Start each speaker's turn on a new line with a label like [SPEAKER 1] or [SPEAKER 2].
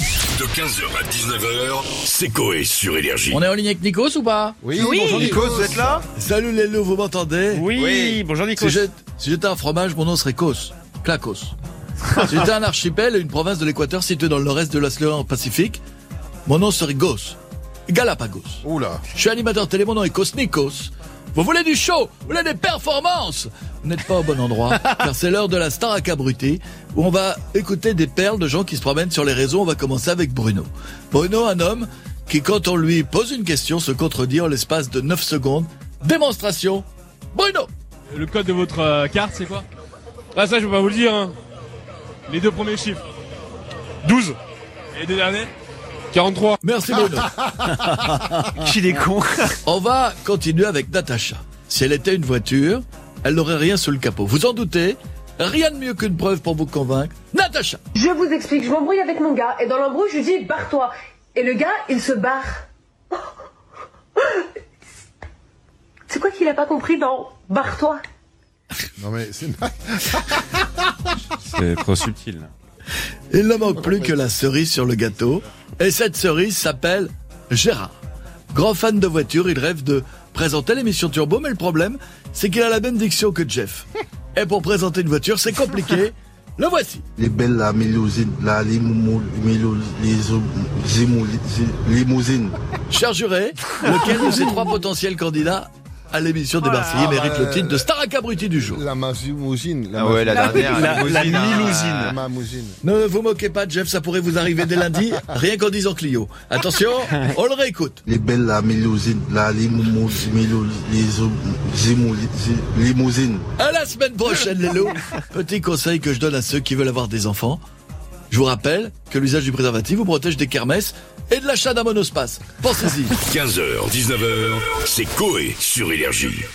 [SPEAKER 1] De 15h à 19h, c'est Coé sur Énergie.
[SPEAKER 2] On est en ligne avec Nikos ou pas
[SPEAKER 3] Oui, bonjour Nico, vous êtes là
[SPEAKER 4] Salut les loups, vous m'entendez
[SPEAKER 5] Oui, bonjour Nico.
[SPEAKER 4] Si j'étais si j'étais un fromage, mon nom serait Cos. Clacos. si j'étais un archipel, une province de l'Équateur située dans le nord-est de l'océan Pacifique, mon nom serait Gos. Galapagos.
[SPEAKER 3] Oula,
[SPEAKER 4] Je suis animateur télé, mon nom est Cos Nikos. Vous voulez du show Vous voulez des performances Vous n'êtes pas au bon endroit, car c'est l'heure de la Star Acabruti, où on va écouter des perles de gens qui se promènent sur les réseaux. On va commencer avec Bruno. Bruno, un homme qui, quand on lui pose une question, se contredit en l'espace de 9 secondes. Démonstration, Bruno
[SPEAKER 6] Le code de votre euh, carte, c'est quoi Ah, ça, je peux pas vous le dire. hein. Les deux premiers chiffres 12. Et les deux derniers 43.
[SPEAKER 4] Merci Bruno.
[SPEAKER 5] Je suis des cons.
[SPEAKER 4] On va continuer avec Natacha. Si elle était une voiture, elle n'aurait rien sous le capot. Vous en doutez Rien de mieux qu'une preuve pour vous convaincre. Natacha
[SPEAKER 7] Je vous explique, je m'embrouille avec mon gars, et dans l'embrouille, je lui dis barre-toi. Et le gars, il se barre. C'est quoi qu'il a pas compris dans barre-toi
[SPEAKER 3] non mais c'est
[SPEAKER 8] C'est trop subtil.
[SPEAKER 4] Il ne manque plus que la cerise sur le gâteau. Et cette cerise s'appelle Gérard. Grand fan de voiture, il rêve de présenter l'émission Turbo, mais le problème, c'est qu'il a la même diction que Jeff. Et pour présenter une voiture, c'est compliqué. Le voici
[SPEAKER 9] les belles la limousine, la limousine, limousine.
[SPEAKER 4] Cher juré, lequel de ces trois potentiels candidats à l'émission des Marseillais mérite le titre de Star Acabruti du jour
[SPEAKER 3] la mamousine. La
[SPEAKER 8] Ah ouais, la dernière.
[SPEAKER 5] la- la
[SPEAKER 8] limousine, hein.
[SPEAKER 5] milousine.
[SPEAKER 3] La mamousine.
[SPEAKER 4] Ne vous moquez pas, Jeff, ça pourrait vous arriver dès lundi, rien qu'en disant Clio. Attention, on le réécoute.
[SPEAKER 9] les belles la limousine, la limousine, limousine.
[SPEAKER 4] À la semaine prochaine, les loups. Petit conseil que je donne à ceux qui veulent avoir des enfants. Je vous rappelle que l'usage du préservatif vous protège des kermesses et de l'achat d'un monospace. Pensez-y.
[SPEAKER 1] 15h, 19h, c'est Coé sur Énergie.